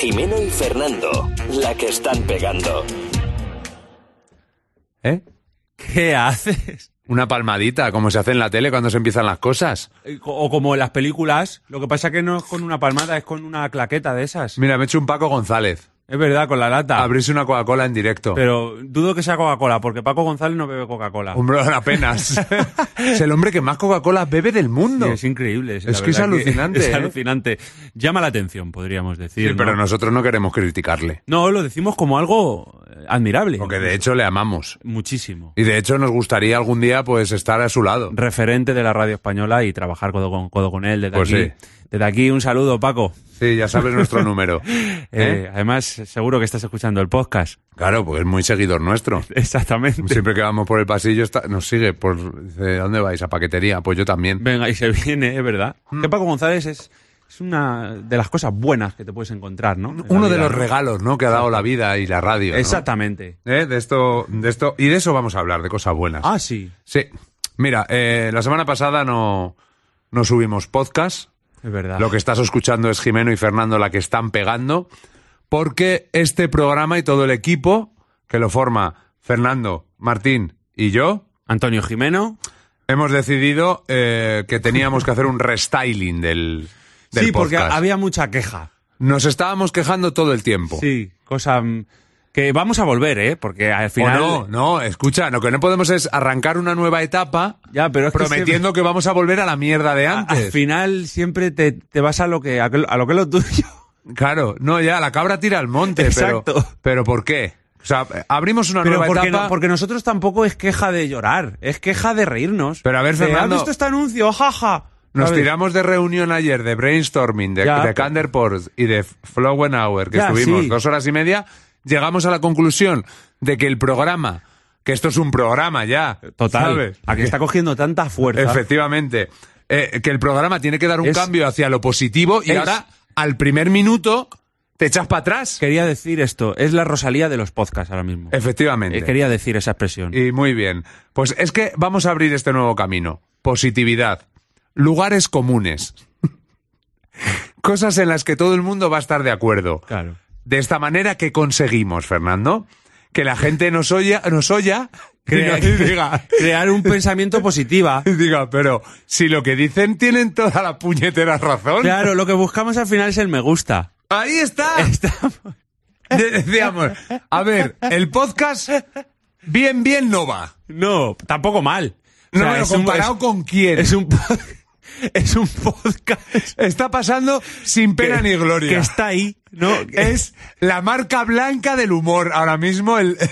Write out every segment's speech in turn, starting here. Jimeno y Fernando, la que están pegando. ¿Eh? ¿Qué haces? Una palmadita, como se hace en la tele cuando se empiezan las cosas. Eh, co- O como en las películas, lo que pasa que no es con una palmada, es con una claqueta de esas. Mira, me he hecho un Paco González. Es verdad, con la lata. Abrirse una Coca-Cola en directo. Pero dudo que sea Coca-Cola, porque Paco González no bebe Coca-Cola. Hombre, apenas. es el hombre que más Coca-Cola bebe del mundo. Y Es increíble. la Es que es verdad alucinante, Es ¿eh? alucinante. Llama la atención, podríamos decir. Sí, pero ¿no? nosotros no queremos criticarle. No, lo decimos como algo eh, admirable. Porque de hecho le amamos. Muchísimo. Y de hecho nos gustaría algún día pues estar a su lado. Referente de la radio española y trabajar codo con, codo con él desde Pues aquí. sí. Desde aquí un saludo, Paco. Sí, ya sabes nuestro número. ¿Eh? Eh, además, seguro que estás escuchando el podcast. Claro, porque es muy seguidor nuestro. Exactamente. Siempre que vamos por el pasillo está- nos sigue. Por, dice, ¿Dónde vais? ¿A paquetería? Pues yo también. Venga, y se viene, es verdad. Mm. Que Paco González es, es una de las cosas buenas que te puedes encontrar, ¿no? En la Uno de vida, los ¿no? regalos ¿no? que ha dado la vida y la radio. ¿no? Exactamente. ¿Eh? De esto, de esto, y de eso vamos a hablar, de cosas buenas. Ah, sí. Sí. Mira, eh, la semana pasada no, no subimos podcast. Es verdad. Lo que estás escuchando es Jimeno y Fernando la que están pegando, porque este programa y todo el equipo que lo forma Fernando, Martín y yo, Antonio Jimeno. hemos decidido eh, que teníamos que hacer un restyling del, del sí, porque podcast. había mucha queja. Nos estábamos quejando todo el tiempo. Sí, cosa mm, que vamos a volver, ¿eh? Porque al O final. no, no, escucha, lo que no podemos es arrancar una nueva etapa Ya, pero es que prometiendo que vamos a volver a la mierda de siempre- antes. al final siempre te, te vas a lo que a que- a lo que es lo tuyo. Claro, no, ya, la cabra tira al monte, pero, Exacto. pero ¿por qué? O sea, abrimos una Pero nueva porque, etapa. no- porque nosotros tampoco es queja de llorar, es queja de reírnos. Pero a ver, De, Fernando- ¿Has visto este anuncio? Jaja. Nos ¿Sabes? tiramos de reunión ayer, de brainstorming, de, Ya, de pero- Canderport y de Flowenhour, que Ya, estuvimos sí. dos horas y media, llegamos a la conclusión de que el programa, que esto es un programa ya, Total. ¿sabes? A que está cogiendo tanta fuerza. Efectivamente, eh, que el programa tiene que dar un Es- cambio hacia lo positivo y es- ahora, al primer minuto, te echas para atrás. Quería decir esto, es la Rosalía de los podcasts ahora mismo. Efectivamente. Eh, Quería decir esa expresión. Y muy bien. Pues es que vamos a abrir este nuevo camino. Positividad. Lugares comunes. Cosas en las que todo el mundo va a estar de acuerdo. Claro. De esta manera que conseguimos, Fernando, que la gente nos oya, nos oya y Crea- nos diga, Crear un pensamiento positiva. y diga, pero si lo que dicen tienen toda la puñetera razón. Claro, lo que buscamos al final es el me gusta. Ahí está. Estamos- De- Decíamos, a ver, el podcast bien, bien no va. No, tampoco mal. O No, sea, pero es un- comparado es- con quién. Es un, po- es un podcast Está pasando sin pena ni gloria. que está ahí, ¿no? es la marca blanca del humor ahora mismo. El,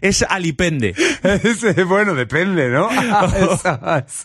es alipende. es, eh, bueno, depende, ¿no? Es-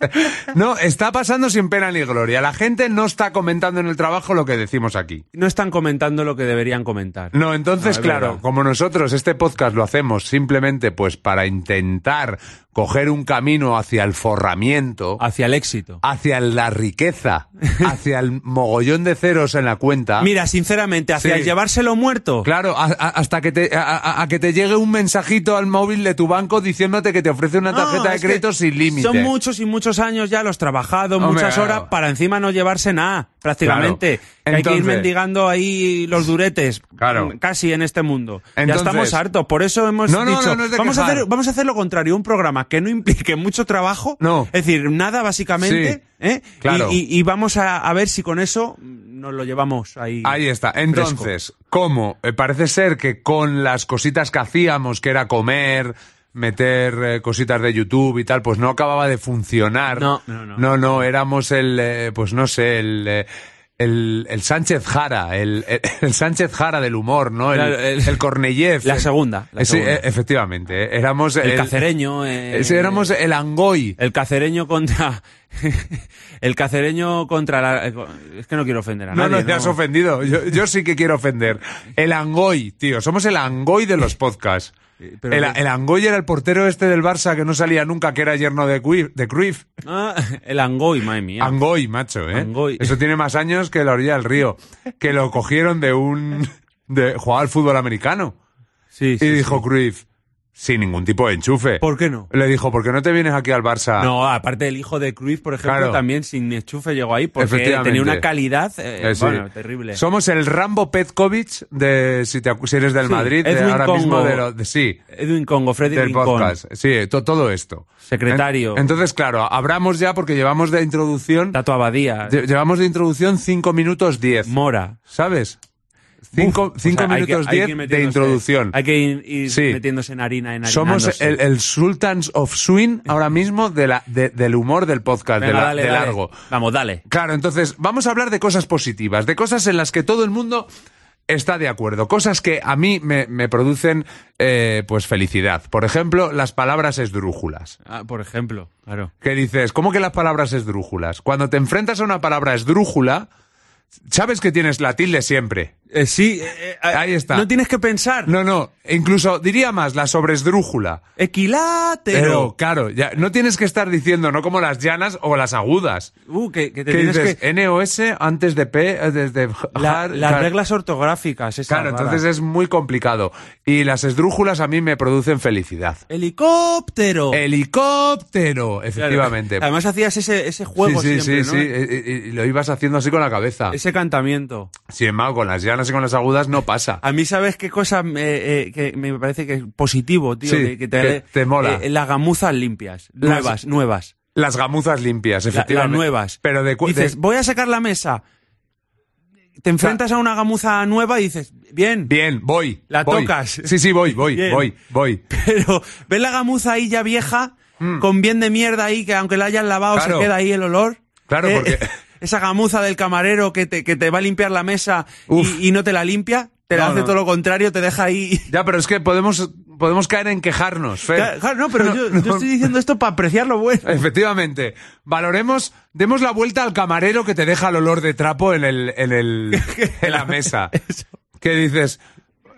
no, está pasando sin pena ni gloria. La gente no está comentando en el trabajo lo que decimos aquí. No están comentando lo que deberían comentar. No, entonces, No, Ah, es claro, verdad. como nosotros este podcast lo hacemos simplemente pues para intentar coger un camino hacia el forramiento, Hacia el éxito. hacia la riqueza, hacia el mogollón de ceros en la cuenta. Mira, sinceramente, hacia Sí. el llevárselo muerto. Claro, a- a- hasta que te, a, a- a que te llegue un mensajito al móvil de tu banco diciéndote que te ofrece una tarjeta No, de es que crédito sin límite. Son muchos y muchos años ya los trabajados, Hombre, muchas claro. horas, para encima no llevarse nada, prácticamente. Claro. Que hay que ir Entonces- mendigando ahí los duretes, Claro. mm, casi en este mundo. Entonces- ya estamos hartos, por eso hemos No, no, dicho, no, no es de vamos, a quejar. hacer, vamos a hacer lo contrario, un programa que no implique mucho trabajo, No. es decir, nada básicamente, Sí, ¿eh? claro. y, y- y vamos a, a ver si con eso mm, nos lo llevamos ahí. Ahí está. Entonces, ¿cómo? Eh, parece ser que con las cositas que hacíamos, que era comer, meter eh, cositas de YouTube y tal, pues no acababa de funcionar. No, no, no. no, éramos el, eh, pues no sé, el... eh, el, el Sánchez Jara, el, el- el Sánchez Jara del humor, ¿no? El, Claro, el- el Cornellez. La segunda, la Eh, sí, segunda. eh, efectivamente. eh, Éramos El, cacereño. eh, Ese éramos el Angoy. El cacereño contra. el cacereño contra la. Es que no quiero ofender a No, nadie. no, te has ofendido. Yo, yo sí que quiero ofender. El Angoy, tío. Somos el Angoy de los podcasts. pero el, que- el Angoy era el portero este del Barça que no salía nunca, que era yerno de, Cui- de Cruyff. Ah, el Angoy, madre mía. Angoy, macho, ¿eh? Angoy. Eso tiene más años que la orilla del río. Que lo cogieron de un... de jugar al fútbol americano. Sí, sí, y sí. dijo Cruyff, sin ningún tipo de enchufe. ¿Por qué no? Le dijo, ¿por qué no te vienes aquí al Barça? No, aparte el hijo de Cruyff, por ejemplo, Claro. también sin enchufe llegó ahí porque Efectivamente. tenía una calidad eh, Eh, sí. bueno, terrible. Somos el Rambo Petkovic de si, te, acu- si eres del Sí, Madrid, de Edwin ahora mismo Congo. de, lo- de- sí, Edwin Congo, Freddy del Rincón. podcast. Sí, to- todo esto. Secretario. En- entonces, claro, abramos ya porque llevamos de introducción Tato Abadía, lle- llevamos de introducción 5 minutos 10, Mora. ¿sabes? 5 O sea, hay que- minutos hay que ir 10 de metiéndose- introducción. Hay que ir, ir Sí. metiéndose en harina, en harina. Somos el, el Sultans of Swing ahora mismo de la, de- del humor del podcast, de, la- de largo. Vamos, dale. Claro, entonces vamos a hablar de cosas positivas, de cosas en las que todo el mundo está de acuerdo, cosas que a mí me, me producen eh, pues felicidad. Por ejemplo, las palabras esdrújulas. Ah, por ejemplo, claro. Que dices, ¿cómo que las palabras esdrújulas? Cuando te enfrentas a una palabra esdrújula, sabes que tienes la tilde siempre. Eh, sí, eh, eh, Ahí está. No tienes que pensar. No, no, incluso diría más, la sobresdrújula. Pero Equilátero. claro, ya, no tienes que estar diciendo, no como las llanas o las agudas. Uh, que, que te Que tienes dices que... NOS antes de P, eh, desde La- jar- las jar- reglas ortográficas, esas Claro, raras. entonces es muy complicado. Y las esdrújulas a mí me producen felicidad. ¡Helicóptero! Helicóptero, Claro. Eh, efectivamente. Además hacías ese, ese juego sí, sí, siempre, sí, ¿no? sí. eh, eh, Y lo ibas haciendo así con la cabeza. Ese cantamiento. Sin embargo, con las llanas y con las agudas no pasa. A mí, ¿sabes qué cosa eh, eh, que me parece que es positivo, tío? Sí, de que te, que te mola. eh, las gamuzas limpias. Las- Nuevas, nuevas. Las gamuzas limpias, La- las efectivamente. nuevas. Pero de, cu- de- Dices, voy a sacar la mesa. Te enfrentas a una gamuza nueva y dices, bien. Bien, voy. La voy. tocas. Sí, sí, voy, voy, Bien. voy, voy. Pero ves la gamuza ahí ya vieja, con bien de mierda ahí, que aunque la hayas lavado Mm. Claro. se queda ahí el olor. Eh, Claro, porque- Esa gamuza del camarero que te, que te va a limpiar la mesa Uf. y, y no te la limpia, te la No, hace no. todo lo contrario, te deja ahí... Ya, pero es que podemos, podemos caer en quejarnos, Fer. Claro, claro, no, pero yo, yo estoy diciendo esto para apreciar lo bueno. Efectivamente. Valoremos, demos la vuelta al camarero que te deja el olor de trapo en el, en el, en la mesa. Que dices,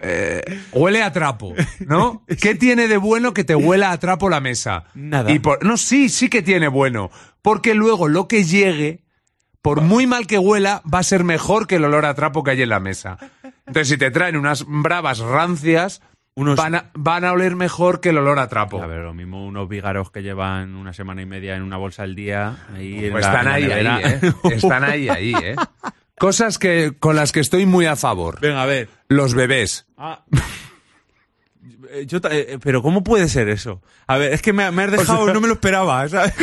eh, huele a trapo, ¿no? ¿Qué tiene de bueno que te huela a trapo la mesa? Nada. Y por- no, sí, sí que tiene bueno. Porque luego lo que llegue, por muy mal que huela, va a ser mejor que el olor a trapo que hay en la mesa. Entonces, si te traen unas bravas rancias, Unos- van, a, van a oler mejor que el olor a trapo. A ver, lo mismo unos vígaros que llevan una semana y media en una bolsa al día. Ahí en Pues la- están en la ahí, ahí, nevera. ¿eh? Están ahí, ahí, ¿eh? Cosas que, con las que estoy muy a favor. Venga, a ver. Los bebés. Ah. Eh, Yo, ta- eh, pero ¿cómo puede ser eso? A ver, es que me, me has dejado, no me lo esperaba, ¿sabes?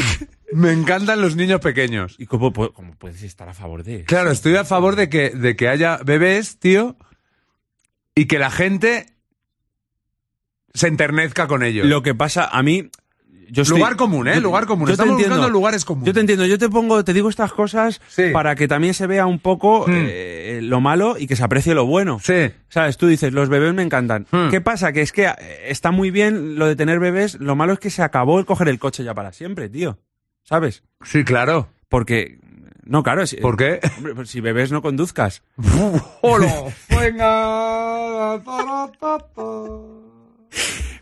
Me encantan los niños pequeños. ¿Y cómo, pu- cómo puedes estar a favor de eso? Claro, estoy a favor de que, de que haya bebés, tío, y que la gente se enternezca con ellos. Lo que pasa, a mí. Yo estoy- Lugar común, ¿eh? Lugar común. te Estamos entiendo. buscando lugares comunes. Yo te entiendo, yo te pongo, te digo estas cosas Sí. Hmm. para que también se vea un poco eh, lo malo y que se aprecie lo bueno. Sí. ¿Sabes? Tú dices, los bebés me encantan. Hmm. ¿Qué pasa? Que es que eh, está muy bien lo de tener bebés, lo malo es que se acabó el coger el coche ya para siempre, tío. ¿Sabes? Sí, claro. Porque. No, claro. Si, ¿Por qué? Hombre, pues si bebés no conduzcas. Venga.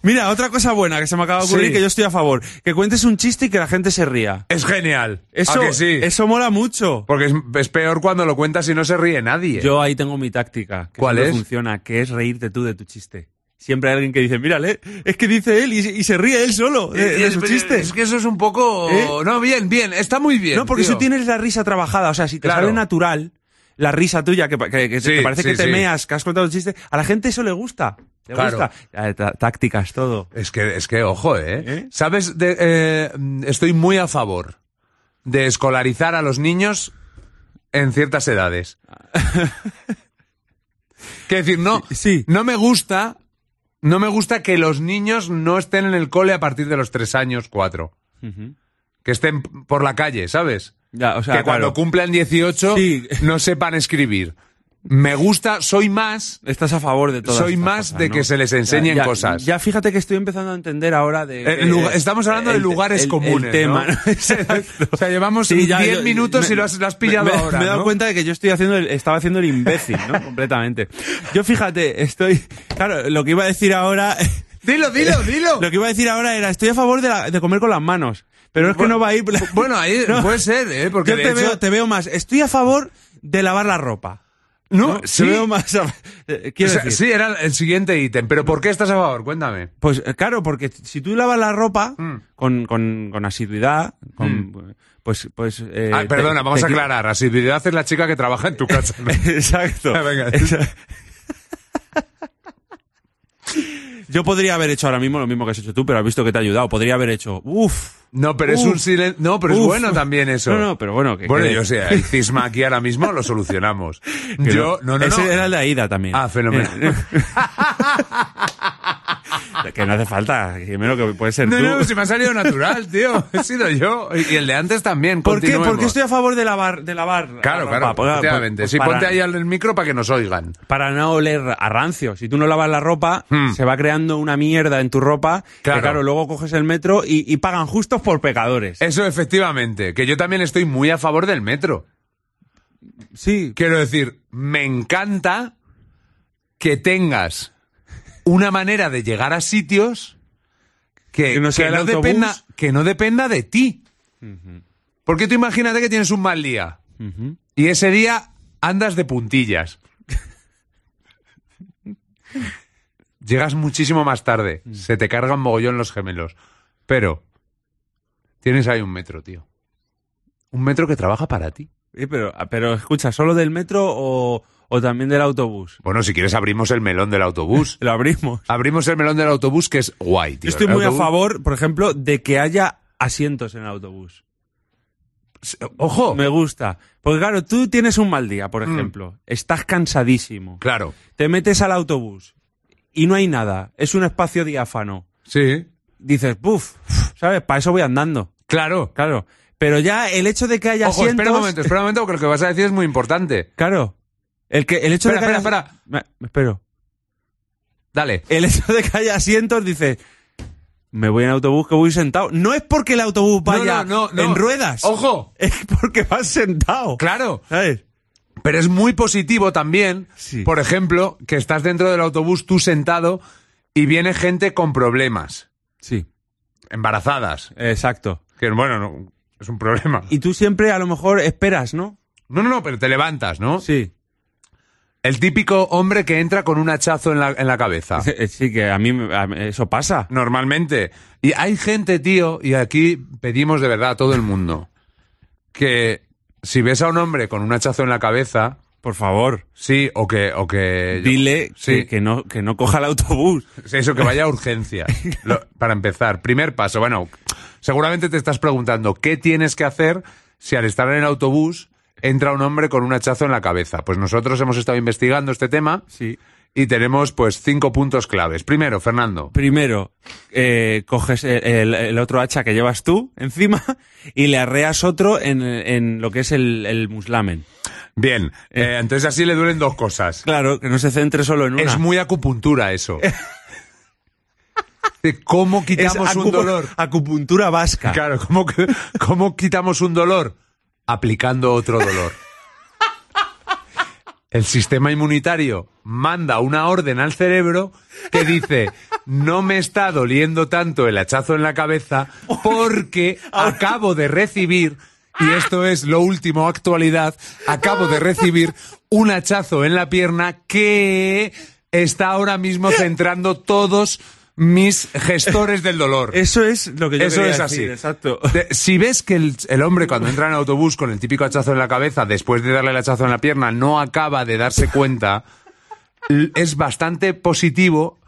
Mira, otra cosa buena que se me acaba de ocurrir Sí. que yo estoy a favor. Que cuentes un chiste y que la gente se ría. Es genial. Eso, ¿A que sí? eso mola mucho. Porque es, es peor cuando lo cuentas y no se ríe nadie. Yo ahí tengo mi táctica. Que ¿Cuál siempre es? Funciona, que es reírte tú de tu chiste. Siempre hay alguien que dice, mírale, es que dice él y, se- y se ríe él solo de, de su Eh, chiste. que eso eh, es un poco... ¿Eh? No, bien, bien, está muy bien. no, porque tío. eso tienes la risa trabajada. O sea, si te Claro. sale natural, la risa tuya, que, pa- que- que Sí, te parece sí, que te sí. meas, que has contado el chiste, a la gente eso le gusta. Le Claro. gusta. Eh, tá- Tácticas, todo. Es que, es que ojo, ¿eh? ¿Eh? ¿Sabes? de- eh, mm, estoy muy a favor de escolarizar a los niños en ciertas edades. Quiero decir, no, Sí. no me gusta... No me gusta que los niños no estén en el cole a partir de los tres años, cuatro. Que estén por la calle, ¿sabes? Ya, o sea, que cuando claro, cumplan 18 Sí. no sepan escribir. Me gusta, soy más. estás a favor de todo. Soy más de que se les enseñen cosas. Ya fíjate que estoy empezando a entender ahora de... Eh, lu- estamos hablando de el- lugares el- comunes. El tema. ¿no? Exacto. o sea, llevamos Sí, ya, 10 yo- minutos me- y lo has, lo has pillado me, me- ahora. Me he dado ¿no? cuenta de que yo estoy haciendo el- estaba haciendo el imbécil, ¿no? Completamente. Yo fíjate, estoy. Claro, lo que iba a decir ahora. Dilo, dilo, dilo. Lo que iba a decir ahora era, estoy a favor de, la- de comer con las manos. Pero es que no va a ir. bueno, ahí No. puede ser, ¿eh? Porque Yo de te, hecho- veo, te veo más. Estoy a favor de lavar la ropa. No, Se sí. veo más a- eh, O Quiero sea, decir, sí, era el siguiente ítem. Pero ¿por qué estás a favor? Cuéntame. Pues eh, claro, porque si tú lavas la ropa Mm. con, con, con asiduidad, con, pues... pues eh, Ay, te- Ah, perdona, vamos te a qui- aclarar. Asiduidad es la chica que trabaja en tu casa. ¿no? Exacto. Ah, venga. Esa- Yo podría haber hecho ahora mismo lo mismo que has hecho tú, pero has visto que te ha ayudado. Podría haber hecho, uff. No, pero es Uf. un silencio. No, pero es Uf. bueno también eso. No, no, pero bueno, que Bueno, quede- yo sé, el cisma aquí ahora mismo lo solucionamos. Yo, no, no, no. Ese era el de Eh, Aida también. Ah, fenomenal. que no hace falta, menos que puede ser No, tú. no, si me ha salido natural, tío. He sido yo. Y el de antes también. ¿Por qué? Continuemos. Porque estoy a favor de lavar, de lavar. Claro, la claro, ropa, para- efectivamente. para- sí, para- ponte ahí al micro para que nos oigan. para no oler a rancio. Si tú no lavas la ropa, Hmm. se va creando una mierda en tu ropa. que, Claro. claro luego coges el metro y, y pagan justos por pecadores. Eso, efectivamente. Que yo también estoy muy a favor del metro. sí. Quiero decir, me encanta que tengas una manera de llegar a sitios que, Que no sea que el autobús. dependa, que no dependa de ti. Porque tú imagínate que tienes un mal día y ese día andas de puntillas. Llegas muchísimo más tarde, Mm. se te cargan mogollón los gemelos. Pero tienes ahí un metro, tío. Un metro que trabaja para ti. Sí, pero, pero escucha, ¿solo del metro o, o también del autobús? Bueno, si quieres abrimos el melón del autobús. Lo abrimos. Abrimos el melón del autobús, que es guay, Yo tío. estoy El muy a autobús- favor, por ejemplo, de que haya asientos en el autobús. Ojo. Me gusta. Porque claro, tú tienes un mal día, por Hmm. ejemplo. Estás cansadísimo. Claro. Te metes al autobús y no hay nada. Es un espacio diáfano. Sí. Dices, puff, ¿sabes? Para eso voy andando. Claro. Claro. Pero ya el hecho de que haya Ojo, asientos... espera un momento, espera un momento, porque lo que vas a decir es muy importante. Claro. El, que, el hecho Espera, de que espera, haya... espera. Me- me espero. Dale. El hecho de que haya asientos, dices... Me voy en autobús que voy sentado. No es porque el autobús vaya no, no, no. en ruedas. Ojo. Es porque vas sentado. Claro. ¿Sabes? Pero es muy positivo también, Sí. por ejemplo, que estás dentro del autobús tú sentado y viene gente con problemas, Sí. embarazadas, Exacto. que bueno, no, es un problema. Y tú siempre a lo mejor esperas, ¿no? No, no, no, pero te levantas, ¿no? Sí. El típico hombre que entra con un hachazo en la, en la cabeza. Eh, Sí, que a mí, me- a mí eso pasa. Normalmente. Y hay gente, tío, y aquí pedimos de verdad a todo el mundo, que si ves a un hombre con un hachazo en la cabeza, Por favor, sí, o que... O que dile Sí. que, que no, que no coja el autobús. Sí, Eso, que vaya a urgencias. Lo- para empezar, primer paso. Bueno, seguramente te estás preguntando qué tienes que hacer si al estar en el autobús entra un hombre con un hachazo en la cabeza. Pues nosotros hemos estado investigando este tema Sí. y tenemos pues cinco puntos claves. Primero, Fernando. Primero, eh, coges el, el- el otro hacha que llevas tú encima y le arreas otro en, en lo que es el, el muslamen. Bien, eh, entonces así le duelen dos cosas. Claro, que no se centre solo en una. Es muy acupuntura eso. De ¿Cómo Es quitamos un acupu- dolor? Acupuntura vasca. Claro, ¿cómo, que- cómo quitamos un dolor? Aplicando otro dolor. El sistema inmunitario manda una orden al cerebro que dice, no me está doliendo tanto el hachazo en la cabeza porque acabo de recibir, y esto es lo último actualidad, acabo de recibir un hachazo en la pierna que está ahora mismo centrando todos mis gestores del dolor. Eso es lo que yo Eso quería es decir, así. Exacto. De- si ves que el, el hombre cuando entra en el autobús con el típico hachazo en la cabeza, después de darle el hachazo en la pierna, no acaba de darse cuenta, l- es bastante positivo,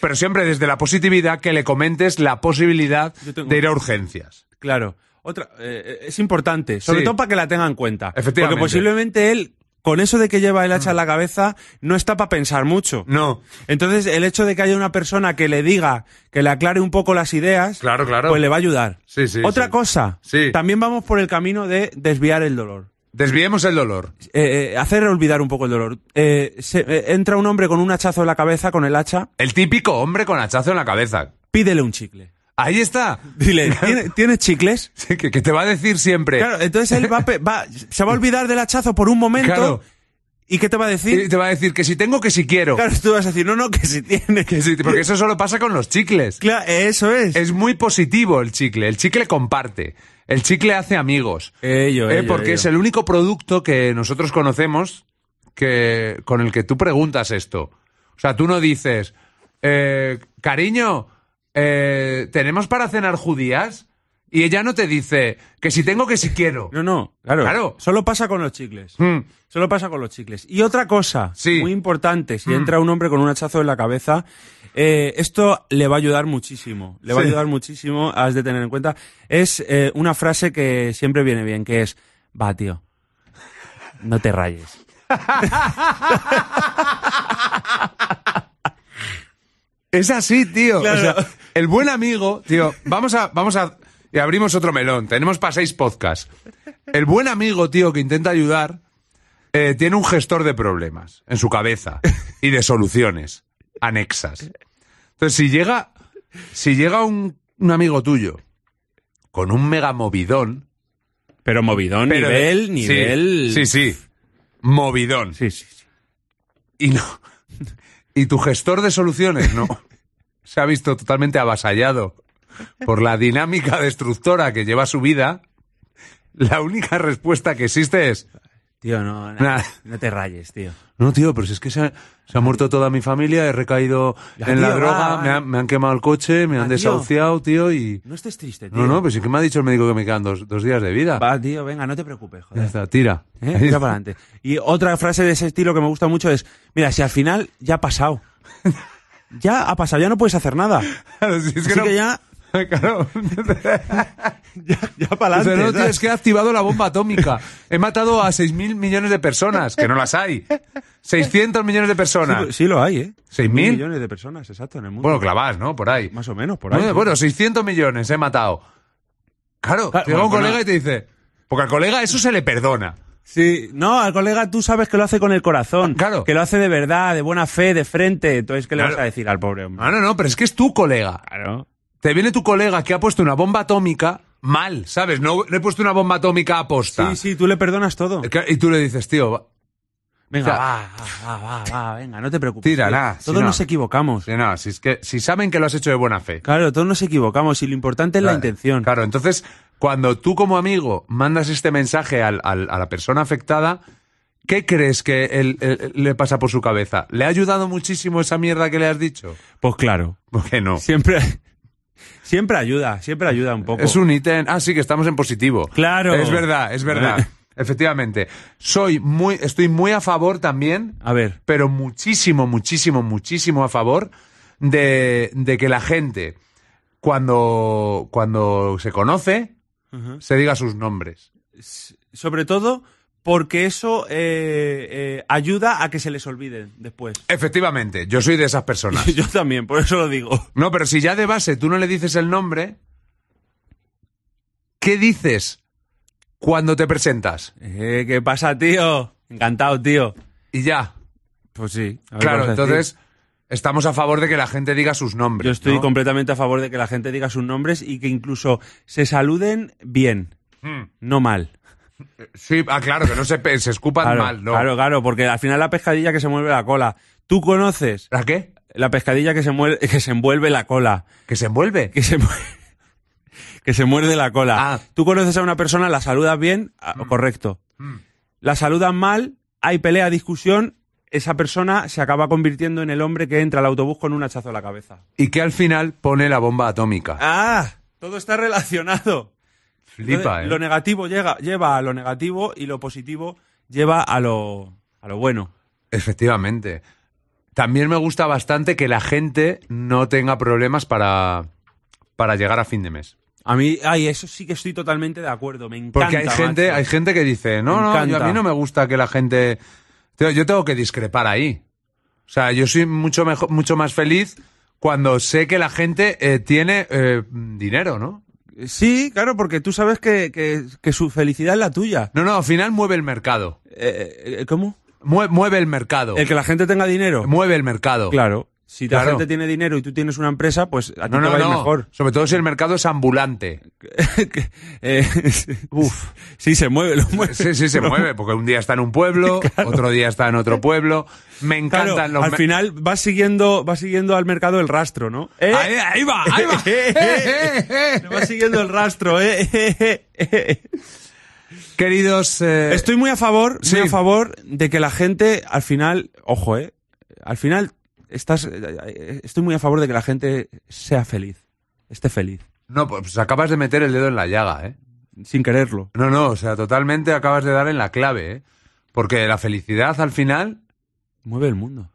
pero siempre desde la positividad que le comentes la posibilidad Yo tengo- de ir a urgencias. Claro. Otra, eh, eh, es importante, sobre Sí. todo para que la tengan en cuenta. Efectivamente. Porque posiblemente él, con eso de que lleva el hacha en la cabeza, no está para pensar mucho. No. Entonces, el hecho de que haya una persona que le diga, que le aclare un poco las ideas, Claro, claro. pues le va a ayudar. Sí, sí, Otra sí. cosa, Sí. también vamos por el camino de desviar el dolor. Desviemos el dolor. Eh, eh, hacer olvidar un poco el dolor. Eh, se- eh, entra un hombre con un hachazo en la cabeza, con el hacha, El típico hombre con hachazo en la cabeza. pídele un chicle. Ahí está. Dile, "¿Tiene- ¿tienes chicles? Sí, que, que te va a decir siempre. Claro, entonces él va, a pe- va- se va a olvidar del hachazo por un momento. Claro. ¿Y qué te va a Y decir? te va a decir que si tengo, que si quiero. Claro, tú vas a decir, no, no, que si tiene. Que si- porque eso solo pasa con los chicles. Claro, eso es. Es muy positivo el chicle. El chicle comparte. El chicle hace amigos. Ello, Eh, ello, porque ello. es el único producto que nosotros conocemos que, con el que tú preguntas esto. O sea, tú no dices, eh, cariño, eh, ¿tenemos para cenar judías? Y ella no te dice que si tengo, que si quiero. No, no, claro. Hmm. Claro. Solo pasa con los chicles. Mm. Solo pasa con los chicles. Y otra cosa, Sí. muy importante, si entra un hombre con un hachazo en la cabeza, eh, esto le va a ayudar muchísimo. Le va a Sí. ayudar muchísimo, has de tener en cuenta. Es eh, una frase que siempre viene bien, que es, va, tío, no te rayes. Es así, tío. Claro. O sea, el buen amigo, tío, vamos a, vamos a. Y abrimos otro melón. Tenemos para seis podcasts. El buen amigo, tío, que intenta ayudar, eh, tiene un gestor de problemas en su cabeza y de soluciones anexas. Entonces, si llega, si llega un, un amigo tuyo con un mega movidón. Pero movidón, pero de- nivel, sí, nivel... Sí, sí. Movidón. sí, sí, sí. Y no. Y tu gestor de soluciones no. Se ha visto totalmente avasallado por la dinámica destructora que lleva su vida. La única respuesta que existe es, Tío, no, no, Nah. no te rayes, tío. no, tío, pero si es que se ha, se ha muerto toda mi familia, he recaído Ya, en la tío, droga, va, va. Me, han, me han quemado el coche, me Ya, han tío. desahuciado, tío, y... No estés triste, tío. No, no, pues sí que me ha dicho el médico que me quedan dos, dos días de vida. Va, tío, venga, no te preocupes, Ya joder. está, tira. ¿Eh? Tira para adelante. Y otra frase de ese estilo que me gusta mucho es, mira, si al final ya ha pasado. Ya ha pasado, ya no puedes hacer nada. Claro, si es que Así no- que ya, Claro. ya para O sea, no, adelante. tío, es que he activado la bomba atómica. He matado a 6.000 millones de personas, que no las hay. 600 millones de sí, personas. sí lo hay, ¿eh? ¿Seis Mil mil? millones de personas, exacto, en el mundo. Bueno, clavas, ¿no? Por ahí. Más o menos, por ahí. ¿eh? Bueno, bueno, sí. 600 millones he matado. Claro, Claro, llega bueno, un colega bueno. y te dice... Porque al colega eso se le perdona. Sí, no, al colega tú sabes que lo hace con el corazón. Ah, Claro. Que lo hace de verdad, de buena fe, de frente. Entonces, ¿qué le Claro. vas a decir al pobre hombre? Ah, No, no, no, pero es que es tu colega. Claro. Te viene tu colega que ha puesto una bomba atómica mal, ¿sabes? No, no he puesto una bomba atómica aposta. Sí, sí, tú le perdonas todo. Y tú le dices, tío, va- Venga, eh, O sea, va, va, va, va, va, venga, no te preocupes. Tira, tío. nah, si Todos no. nos equivocamos. sí, no, si, es que, si saben que lo has hecho de buena fe. Claro, todos nos equivocamos y lo importante es la Claro, intención. Claro, entonces, cuando tú como amigo mandas este mensaje al- al- a la persona afectada, ¿qué crees que él- él- le pasa por su cabeza? ¿Le ha ayudado muchísimo esa mierda que le has dicho? Pues claro, ¿Por qué no? siempre, siempre ayuda, siempre ayuda un poco. Es un ítem. Ah, sí, que estamos en positivo. Claro. Eh. Es verdad, es verdad. Bueno. Efectivamente. Soy muy, estoy muy a favor también, A ver, pero muchísimo, muchísimo, muchísimo a favor de, de que la gente, cuando, cuando se conoce, se diga sus nombres. sobre todo porque eso eh, eh, ayuda a que se les olviden después. Efectivamente, yo soy de esas personas. Yo también, por eso lo digo. No, pero si ya de base tú no le dices el nombre, ¿qué dices cuando te presentas? Eh, ¿Qué pasa, tío? Encantado, tío. Y ya. Pues sí. a ver, Claro, vamos a decir. entonces estamos a favor de que la gente diga sus nombres. Yo estoy ¿no? completamente a favor de que la gente diga sus nombres y que incluso se saluden bien, Mm. no mal. Sí, ah, claro, que no se, pe- se escupan Claro, mal, ¿no? claro, claro, porque al final la pescadilla que se mueve la cola. Tú conoces ¿A qué? la pescadilla que se, muer- que se envuelve la cola. ¿Que se envuelve? que se, mu- que se muerde la cola. Ah. Tú conoces a una persona, la saludas bien, ah, correcto. Mm. La saludas mal, hay pelea, discusión, esa persona se acaba convirtiendo en el hombre que entra al autobús con un hachazo a la cabeza. Y que al final pone la bomba atómica. ¡Ah! Todo está relacionado. Flipa, Entonces, ¿eh? Lo negativo llega, lleva a lo negativo y lo positivo lleva a lo, a lo bueno. Efectivamente. También me gusta bastante que la gente no tenga problemas para, para llegar a fin de mes. A mí, ay, eso sí que estoy totalmente de acuerdo. Me encanta. Porque hay gente, macho. hay gente que dice, no, Me no, yo- a encanta. mí no me gusta que la gente. Tío, yo tengo que discrepar ahí. O sea, yo soy mucho mejor, mucho más feliz cuando sé que la gente eh, tiene eh, dinero, ¿no? Eh, Sí, claro, porque tú sabes que, que- que su felicidad es la tuya. No, no, al final mueve el mercado. Eh, eh, ¿Cómo? Mue- mueve el mercado. El que la gente tenga dinero. Mueve el mercado. Claro. Si Claro. la gente tiene dinero y tú tienes una empresa, pues a ti No, te no, va a ir no. mejor. Sobre todo si el mercado es ambulante. Que- eh, Uf. Sí, se mueve, lo mueve. Sí, sí, se mueve, porque un día está en un pueblo, otro día está en otro pueblo. Me encantan Claro, los al me- final vas siguiendo, vas siguiendo al mercado el rastro, ¿no? ¿Eh? Ahí, ahí va, ahí va. Eh, eh, eh, eh. Le vas siguiendo el rastro, ¿eh? Queridos. eh, Estoy muy a favor, sí. muy a favor de que la gente al final, ojo, eh, al final estás, eh, estoy muy a favor de que la gente sea feliz, esté feliz, No, pues acabas de meter el dedo en la llaga, ¿eh? sin quererlo. No, no, o sea, totalmente acabas de dar en la clave, ¿eh? Porque la felicidad al final, Mueve el mundo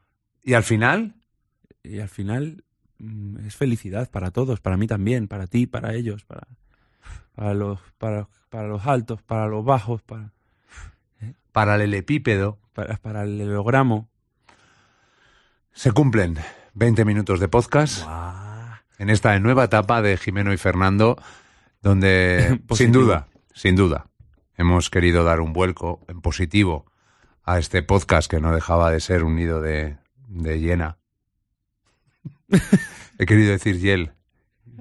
y al final, y al final mm, es felicidad para todos, para mí también, para ti, para ellos, para, para los, para, para los altos, para los bajos, para, para el epípedo, para, para el hologramo. se cumplen 20 minutos de podcast en esta nueva etapa de Jimeno y Fernando, donde, sin Positivo. duda, sin duda, hemos querido dar un vuelco en positivo a este podcast que no dejaba de ser un nido de, de llena. He querido decir hiel,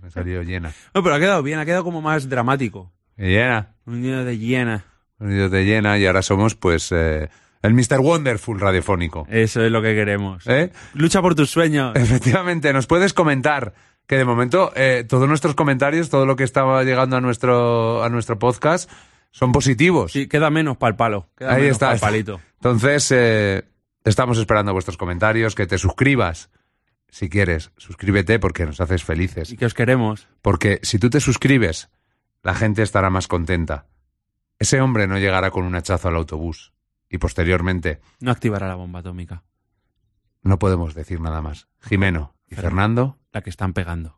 me salió llena. No, pero ha quedado bien, ha quedado como más dramático. Llena. Un niño de hiena. Unidos de llena y ahora somos pues eh, el Mr. Wonderful radiofónico. Eso es lo que queremos. ¿eh? Lucha por tus sueños. Efectivamente, nos puedes comentar que de momento eh, todos nuestros comentarios, todo lo que estaba llegando a nuestro, a nuestro podcast son positivos. Sí, queda menos para el palo. Queda Ahí menos está. pa'l palito. Entonces, eh, estamos esperando vuestros comentarios, que te suscribas. Si quieres, suscríbete porque nos haces felices. Y que os queremos. Porque si tú te suscribes, la gente estará más contenta. Ese hombre no llegará con un hachazo al autobús. Y posteriormente, No activará la bomba atómica. no podemos decir nada más. Jimeno y Fernando. La que están pegando.